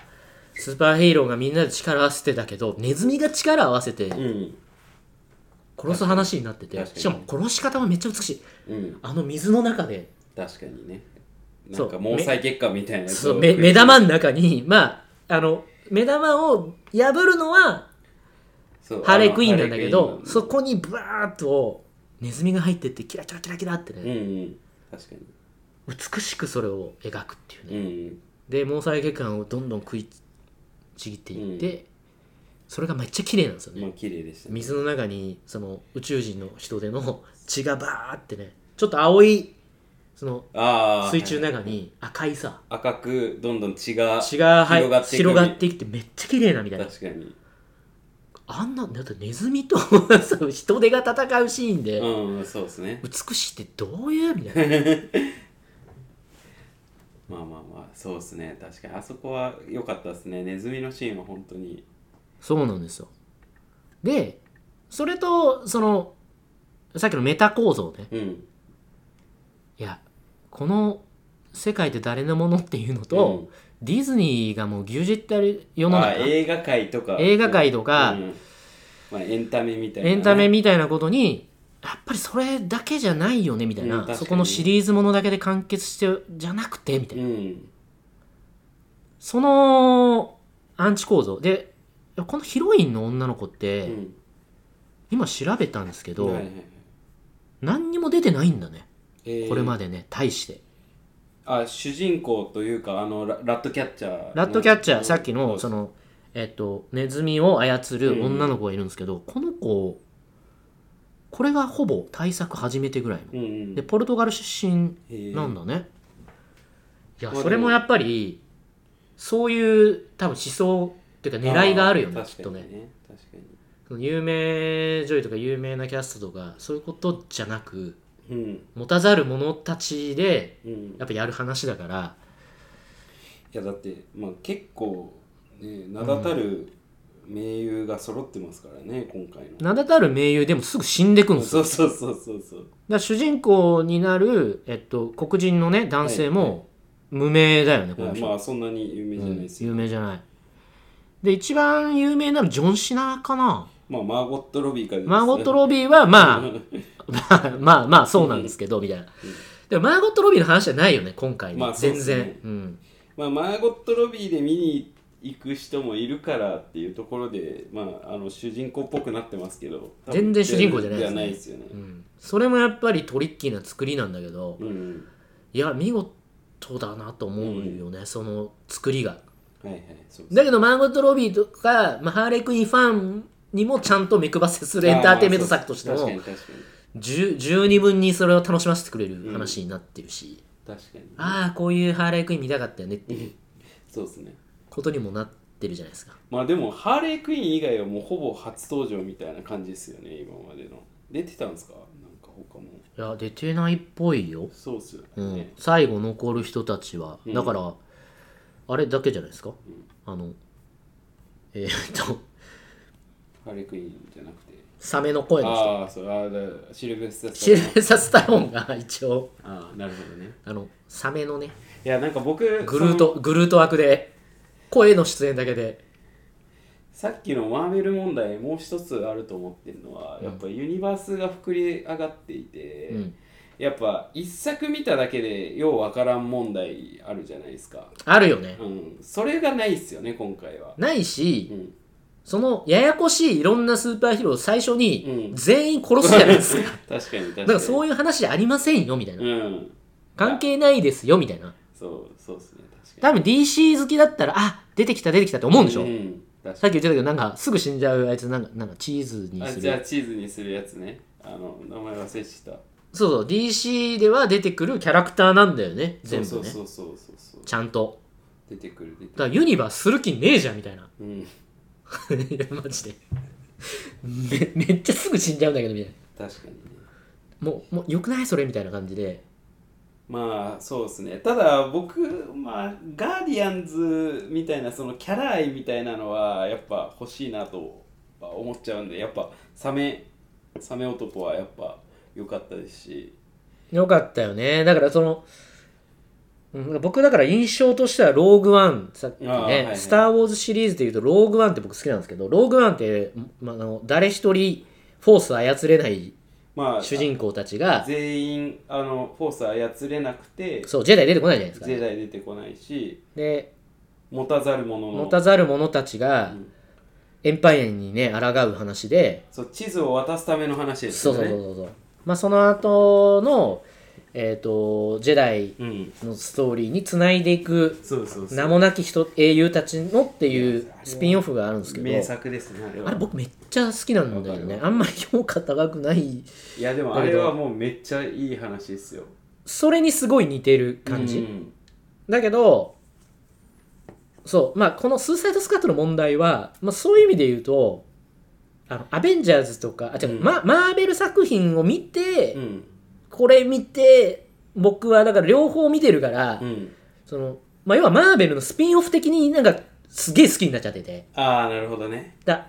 Speaker 2: スーパーヒーローがみんなで力合わせてたけど、ネズミが力合わせて
Speaker 3: うん
Speaker 2: 殺す話になってて、
Speaker 3: 確かに
Speaker 2: しかも殺し方はめっちゃ美しい。
Speaker 3: うん
Speaker 2: あの水の中で、
Speaker 3: 確かにねな
Speaker 2: そうん
Speaker 3: か毛細血管みたいなやつ
Speaker 2: そう
Speaker 3: を
Speaker 2: め目玉の中に、まあ、あの、目玉を破るのは
Speaker 3: そう
Speaker 2: ハーレークイーンなんだけ
Speaker 3: ハーレー
Speaker 2: ど
Speaker 3: クイーンなん、だ
Speaker 2: そこにブワーッとネズミが入ってって、キラキラキラキラって
Speaker 3: うん
Speaker 2: ね、
Speaker 3: うん確かに
Speaker 2: 美しくそれを描くっていうね。
Speaker 3: うん
Speaker 2: で、毛細血管をどんどん食いちぎっていって、それがめっちゃ綺麗なんですよね。
Speaker 3: まあ綺麗でしたね
Speaker 2: 水の中にその宇宙人の人手の血がバーってねちょっと青いその
Speaker 3: ああ
Speaker 2: 水中の中に赤いさ
Speaker 3: 赤くどんどん血が
Speaker 2: 血が入
Speaker 3: 広がっていく
Speaker 2: 広がっていってめっちゃ綺麗なみたいな
Speaker 3: 確かに
Speaker 2: あんなだってネズミとその 人手が戦うシーンで、
Speaker 3: うんそうですね
Speaker 2: 美しいってどういうみたいな
Speaker 3: まあまあまあそうですね確かにあそこは良かったですねネズミのシーンは本当に
Speaker 2: そうなんですよでそれとそのさっきのメタ構造ね
Speaker 3: うん
Speaker 2: いやこの世界って誰のものっていうのと、ディズニーがもう牛耳ってる世の
Speaker 3: あ
Speaker 2: 中
Speaker 3: 映画界とか
Speaker 2: 映画界とか
Speaker 3: うんまあ、エンタメみたいな
Speaker 2: エ
Speaker 3: ね、
Speaker 2: ンタメみたいなことにやっぱりそれだけじゃないよねみたい
Speaker 3: うん
Speaker 2: な、
Speaker 3: 確かに
Speaker 2: そこのシリーズものだけで完結してじゃなくてみたいな、
Speaker 3: うん
Speaker 2: そのアンチ構造でいやこのヒロインの女の子って、
Speaker 3: うん
Speaker 2: 今調べたんですけど、
Speaker 3: はいはいはい
Speaker 2: 何にも出てないんだね
Speaker 3: えー
Speaker 2: これまでね対して
Speaker 3: あ主人公というかあのララットキャッチャー
Speaker 2: ラットキャッチャー、
Speaker 3: うん
Speaker 2: さっきのそのえっとネズミを操る女の子がいるんですけど、この子これがほぼ対策始めてぐらいの
Speaker 3: うんうん
Speaker 2: でポルトガル出身
Speaker 3: へー
Speaker 2: なんだね、いや
Speaker 3: まあ
Speaker 2: それもやっぱりそういう多分思想っていうか狙いがあるよね
Speaker 3: ー
Speaker 2: きっとね
Speaker 3: 確かに確か
Speaker 2: その有名女優とか有名なキャストとかそういうことじゃなく
Speaker 3: にうん
Speaker 2: 持たざる者たちで
Speaker 3: うん
Speaker 2: やっぱやる話だから
Speaker 3: いやだって、まあ、結構、ね、名だたる名優が揃ってますからね、今回の。
Speaker 2: 名だたる名優でもすぐ死んでくんですよ
Speaker 3: そうそうそうそうそう。
Speaker 2: だから主人公になる、えっと、黒人のね男性
Speaker 3: はいは
Speaker 2: も無名だよねこの
Speaker 3: いや
Speaker 2: 人、
Speaker 3: まあそんなに有名じゃないですよ。
Speaker 2: 有名じゃないで一番有名なのジョン・シナかな
Speaker 3: まあマーゴット・ロビーからですね
Speaker 2: マーゴット・ロビーは まあまあまあまあそうなんですけどみたいなでもマーゴット・ロビーの話じゃないよね今回ね、
Speaker 3: まあそう
Speaker 2: 全
Speaker 3: ですね
Speaker 2: 然、うん、
Speaker 3: まあマーゴット・ロビーで見に行く人もいるからっていうところで、まあ、あの主人公っぽくなってますけど、多分
Speaker 2: 全然主人公じゃない
Speaker 3: で
Speaker 2: ですね
Speaker 3: はないですよね。
Speaker 2: うんそれもやっぱりトリッキーな作りなんだけど
Speaker 3: うん。
Speaker 2: いや見事だなと思うよね、その作りが
Speaker 3: はいはい。そうです
Speaker 2: だけどマーゴット・ロビーとか、まあ、ハーレクインファンにもちゃんと目配せするエンターテインメント作として
Speaker 3: あーまあ
Speaker 2: も
Speaker 3: そうです確かに
Speaker 2: 十十二分にそれを楽しませてくれる話になってるし、
Speaker 3: 確かに。確かに。
Speaker 2: ああこういうハーレクイン見たかったよねっていう
Speaker 3: そうですね。
Speaker 2: ことにもなってるじゃないですか
Speaker 3: まあでもハーレークイーン以外はもうほぼ初登場みたいな感じですよね今までの出てたんですかなんか他も
Speaker 2: いや出てないっぽいよ、
Speaker 3: そうっすよね、
Speaker 2: うん最後残る人たちは、だからあれだけじゃないですか、あのえーっと
Speaker 3: ハーレークイーンじゃなくて
Speaker 2: サメの声の人
Speaker 3: ああそれあだシルベスタ
Speaker 2: シル
Speaker 3: ス
Speaker 2: ベサ・スタローンが一応
Speaker 3: タああなるほどね
Speaker 2: あのサメのね
Speaker 3: いやなんか僕
Speaker 2: グルートグルート枠で声の出演だけで
Speaker 3: そのさっきのマーベル問題もう一つあると思ってるのは、やっぱユニバースが膨れ上がっていて、
Speaker 2: ん
Speaker 3: やっぱ一作見ただけでようわからん問題あるじゃないですか、
Speaker 2: あるよね
Speaker 3: うん、それがないっすよね今回は
Speaker 2: ないし、
Speaker 3: ん
Speaker 2: そのややこしいいろんなスーパーヒーローを最初に
Speaker 3: うん
Speaker 2: 全員殺すじゃない ですか、
Speaker 3: 確かに確かに
Speaker 2: だからそういう話じゃありませんよみたいな、
Speaker 3: うん
Speaker 2: 関係ないですよみたいな
Speaker 3: そうそうですね確かに
Speaker 2: 多分 DC 好きだったらあ出てきた出てきたって思うんでしょ、
Speaker 3: うん、確
Speaker 2: さ
Speaker 3: か
Speaker 2: っき言ってたけどなんかすぐ死んじゃうあいつなんかなんかチーズ
Speaker 3: に
Speaker 2: に
Speaker 3: あ
Speaker 2: す
Speaker 3: じゃあ
Speaker 2: る
Speaker 3: チーズにするやつねあの名前忘れした
Speaker 2: そうそう DC では出てくるキャラクターなんだよね全部ね
Speaker 3: そうそうそうそうそう
Speaker 2: ちゃんと
Speaker 3: 出てくる出てく
Speaker 2: だ
Speaker 3: る
Speaker 2: からユニバースする気ねえじゃんみたいな
Speaker 3: う ん
Speaker 2: いやマジでめめっちゃすぐ死んじゃうんだけどみたい
Speaker 3: 確かにね
Speaker 2: なもうもうよくないそれみたいな感じで
Speaker 3: まあそうですねただ僕まあガーディアンズみたいなそのキャラ愛みたいなのはやっぱ欲しいなとは思っちゃうんでやっぱサメサメ男はやっぱ良かったですし
Speaker 2: よかったよね。だからその、うん僕だから印象としてはローグワン、さっきね、
Speaker 3: あーはいはい
Speaker 2: スター・ウォーズシリーズでいうとローグワンって僕好きなんですけど、ローグワンって、まあ、あの誰一人フォース操れない
Speaker 3: まあ
Speaker 2: 主人公たちが、
Speaker 3: 全員あのフォース操れなくて
Speaker 2: そう、ジェダイ出てこないじゃないですか
Speaker 3: ジ。ェダイ出てこないし
Speaker 2: で、
Speaker 3: 持たざる者の
Speaker 2: 持たざる者たちが
Speaker 3: ん、
Speaker 2: エンパイアにね、抗う話で、
Speaker 3: そう地図を渡すための話です
Speaker 2: そ
Speaker 3: よ
Speaker 2: う
Speaker 3: ね
Speaker 2: そうそうそう。まあ、その後の、えっ、と、ジェダイ
Speaker 3: うん
Speaker 2: のストーリーに繋いでいく
Speaker 3: そうそうそう
Speaker 2: 名もなき人英雄たちのっていうスピンオフがあるんですけど
Speaker 3: 名作ですねあれは
Speaker 2: あれ僕めっちゃ好きなんだよ
Speaker 3: わか
Speaker 2: ね
Speaker 3: る
Speaker 2: あんまり評価高くない
Speaker 3: いやでもあれはもうめっちゃいい話ですよ
Speaker 2: それにすごい似てる感じ、
Speaker 3: うん
Speaker 2: だけどそうまあこの「スーサイドスカット」の問題は、まあ、そういう意味で言うとあのアベンジャーズとかあ違う、
Speaker 3: うん
Speaker 2: ママーベル作品を見て、
Speaker 3: うん
Speaker 2: これ見て僕はだから両方見てるから、
Speaker 3: うん
Speaker 2: そのまあ、要はマーベルのスピンオフ的になんかすげえ好きになっちゃってて
Speaker 3: ああなるほどね
Speaker 2: だ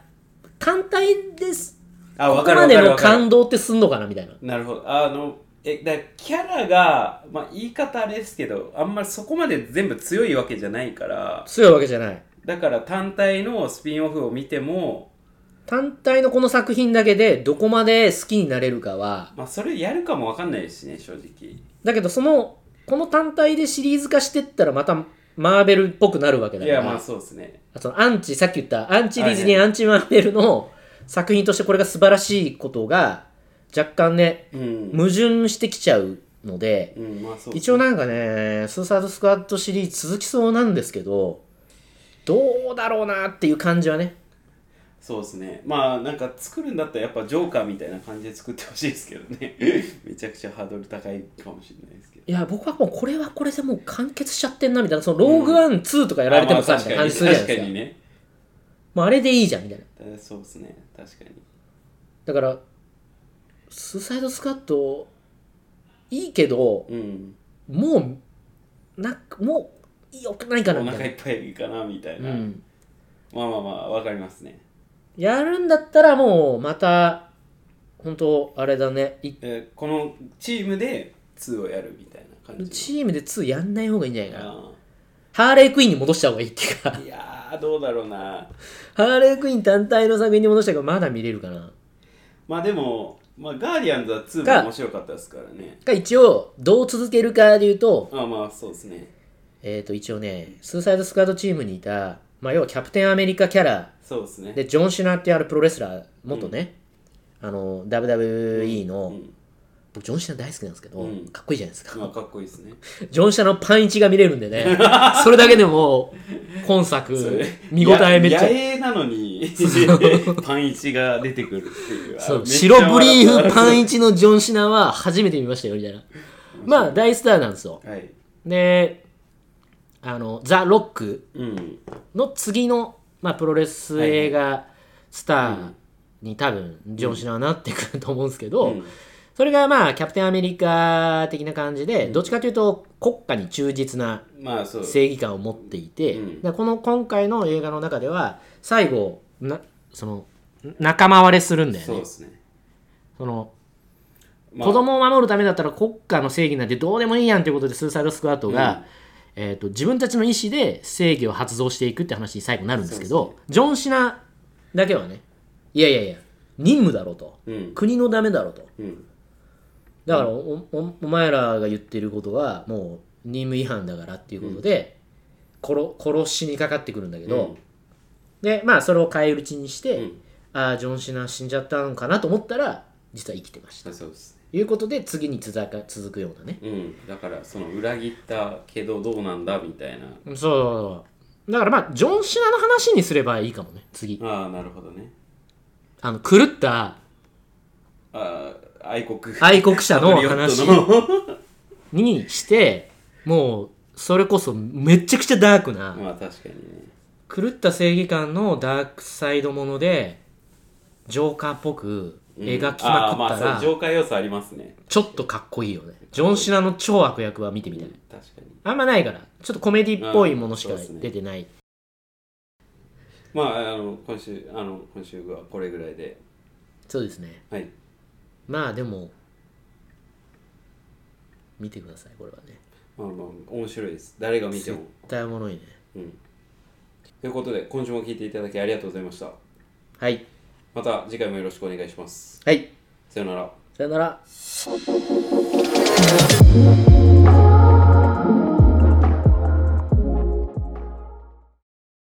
Speaker 2: 単体です
Speaker 3: あ
Speaker 2: こ
Speaker 3: わ
Speaker 2: こ
Speaker 3: かる
Speaker 2: ま
Speaker 3: わか
Speaker 2: で
Speaker 3: る
Speaker 2: の
Speaker 3: わかる
Speaker 2: 感動ってすんのかなみたいな
Speaker 3: なるほどあのえだからキャラが、まあ、言い方あれですけどあんまりそこまで全部強いわけじゃないから
Speaker 2: 強いわけじゃない
Speaker 3: だから単体のスピンオフを見ても、
Speaker 2: 単体のこの作品だけでどこまで好きになれるかは
Speaker 3: まあ、それやるかもわかんないですしね正直
Speaker 2: だけどそのこの単体でシリーズ化してったらまたマーベルっぽくなるわけだ
Speaker 3: い
Speaker 2: から
Speaker 3: やまあそうですね
Speaker 2: そのアンチさっき言ったアンチディズニー、
Speaker 3: はいは
Speaker 2: アンチマーベルの作品としてこれが素晴らしいことが若干ね
Speaker 3: うん、
Speaker 2: 矛盾してきちゃうので、
Speaker 3: うん、まあそうっすね
Speaker 2: 一応なんかね、スーサイドスクワットシリーズ続きそうなんですけど、どうだろうなっていう感じはね。
Speaker 3: そうですねまあなんか作るんだったらやっぱジョーカーみたいな感じで作ってほしいですけどね めちゃくちゃハードル高いかもしれないですけど
Speaker 2: いや、僕はもうこれはこれでもう完結しちゃってんなみたいな、そのローグワン、ツーとかやられても
Speaker 3: あま
Speaker 2: さ、
Speaker 3: あ
Speaker 2: みた
Speaker 3: 確
Speaker 2: いな感
Speaker 3: かに
Speaker 2: じするじゃない
Speaker 3: 確
Speaker 2: で
Speaker 3: か
Speaker 2: すか。
Speaker 3: にね
Speaker 2: もうあれでいいじゃんみたいな。
Speaker 3: だそうですね確かに
Speaker 2: だから、スーサイドスクワット、いいけど、
Speaker 3: うん
Speaker 2: もう、な、もう、よくないかな
Speaker 3: お
Speaker 2: みたい
Speaker 3: 腹
Speaker 2: な。
Speaker 3: いっぱいかなみたいうな、
Speaker 2: ん。
Speaker 3: まあまあまあわかりますね
Speaker 2: やるんだったらもう、また、本当あれだね、い
Speaker 3: えーこのチームで2をやるみたいな感じ
Speaker 2: チームで2やんない方がいいんじゃないかな。
Speaker 3: あ
Speaker 2: ハーレークイーンに戻した方がいいっていうか
Speaker 3: ーいやーどうだろうな
Speaker 2: ハーレークイーン単体の作品に戻した方がまだ見れるかな
Speaker 3: まあでも、まあ、ガーディアンズは2
Speaker 2: が
Speaker 3: も面白かったですからね
Speaker 2: が一応どう続けるかで言うと,、
Speaker 3: ああまあそうですね
Speaker 2: えー、と一応ねスーサイドスクワッドチームにいた、まあ、要はキャプテンアメリカキャラ
Speaker 3: そうですね
Speaker 2: でジョン・シュナーってあるプロレスラー元ね、あの WWE の、
Speaker 3: うん
Speaker 2: 僕ジョン・シュナー大好きなんですけど、
Speaker 3: うん
Speaker 2: かっこいいじゃないですか、
Speaker 3: まあかっこいいですね
Speaker 2: ジョン・シュナーのパンイチが見れるんで ねそれだけでもう今作
Speaker 3: それ
Speaker 2: 見応えめっちゃ
Speaker 3: や野営なのに パンイチが出てくるっていう
Speaker 2: そ
Speaker 3: あ
Speaker 2: う
Speaker 3: めっちゃ
Speaker 2: 白ブリーフパ
Speaker 3: 笑
Speaker 2: ンイチのジョン・シナは初めて見ましたよみたいなまあ大スターなんですよ
Speaker 3: ったはい
Speaker 2: であのザ・ロック
Speaker 3: うん
Speaker 2: の次の、まあ、プロレス映画スターに多分ジョン・シナはなってくると思うんですけど、
Speaker 3: うん
Speaker 2: それがまあキャプテンアメリカ的な感じでどっちかというと国家に忠実な
Speaker 3: まあそう
Speaker 2: 正義感を持っていて、
Speaker 3: うん
Speaker 2: だからこの今回の映画の中では最後なその仲間割れするんだよ
Speaker 3: そう
Speaker 2: ね
Speaker 3: ですね、
Speaker 2: その
Speaker 3: まあ
Speaker 2: 子供を守るためだったら国家の正義なんてどうでもいいやんということでスーサイドスクワットが、えー、と自分たちの意思で正義を発動していくって話に最後なるんですけどジョン・シナだけはねいやいやいや任務だろうと、
Speaker 3: うん
Speaker 2: 国のためだろうと
Speaker 3: うん
Speaker 2: だからおおお前らが言ってることはもう任務違反だからっていうことで、殺殺しにかかってくるんだけど、
Speaker 3: うん
Speaker 2: でまあそれを返り討ちにして、
Speaker 3: うん
Speaker 2: ああジョン・シナ死んじゃったのかなと思ったら実は生きてました
Speaker 3: あそうですね
Speaker 2: ということで次に続か続くようなね
Speaker 3: うんだからその裏切ったけどどうなんだみたいな
Speaker 2: そうそうだからまあジョン・シナの話にすればいいかもね次
Speaker 3: ああなるほどね
Speaker 2: あの狂った
Speaker 3: ああ愛国
Speaker 2: 愛国者 の話
Speaker 3: パトリオット
Speaker 2: にしてもうそれこそめちゃくちゃダークな
Speaker 3: のまあ確かにね
Speaker 2: 狂った正義感のダークサイドものでジョーカーっぽく描きま
Speaker 3: あ
Speaker 2: くった
Speaker 3: あまあ
Speaker 2: ら
Speaker 3: そう浄化要素ありますね
Speaker 2: ちょっとかっこいいよねジョン・シナの超悪役は見てみたい
Speaker 3: 確かに
Speaker 2: あんまないからちょっとコメディっぽいものしか
Speaker 3: うんそうっすね
Speaker 2: 出てない
Speaker 3: まああの今週あの今週はこれぐらいで
Speaker 2: そうですね
Speaker 3: はい
Speaker 2: まあでも見てくださいこれはね
Speaker 3: まあまあ面白いです誰が見て
Speaker 2: 絶
Speaker 3: も
Speaker 2: 対おもろいね
Speaker 3: うんということで今週も聞いていただきありがとうございました
Speaker 2: はい
Speaker 3: また次回もよろしくお願いします
Speaker 2: はい
Speaker 3: さよなら
Speaker 2: さよなら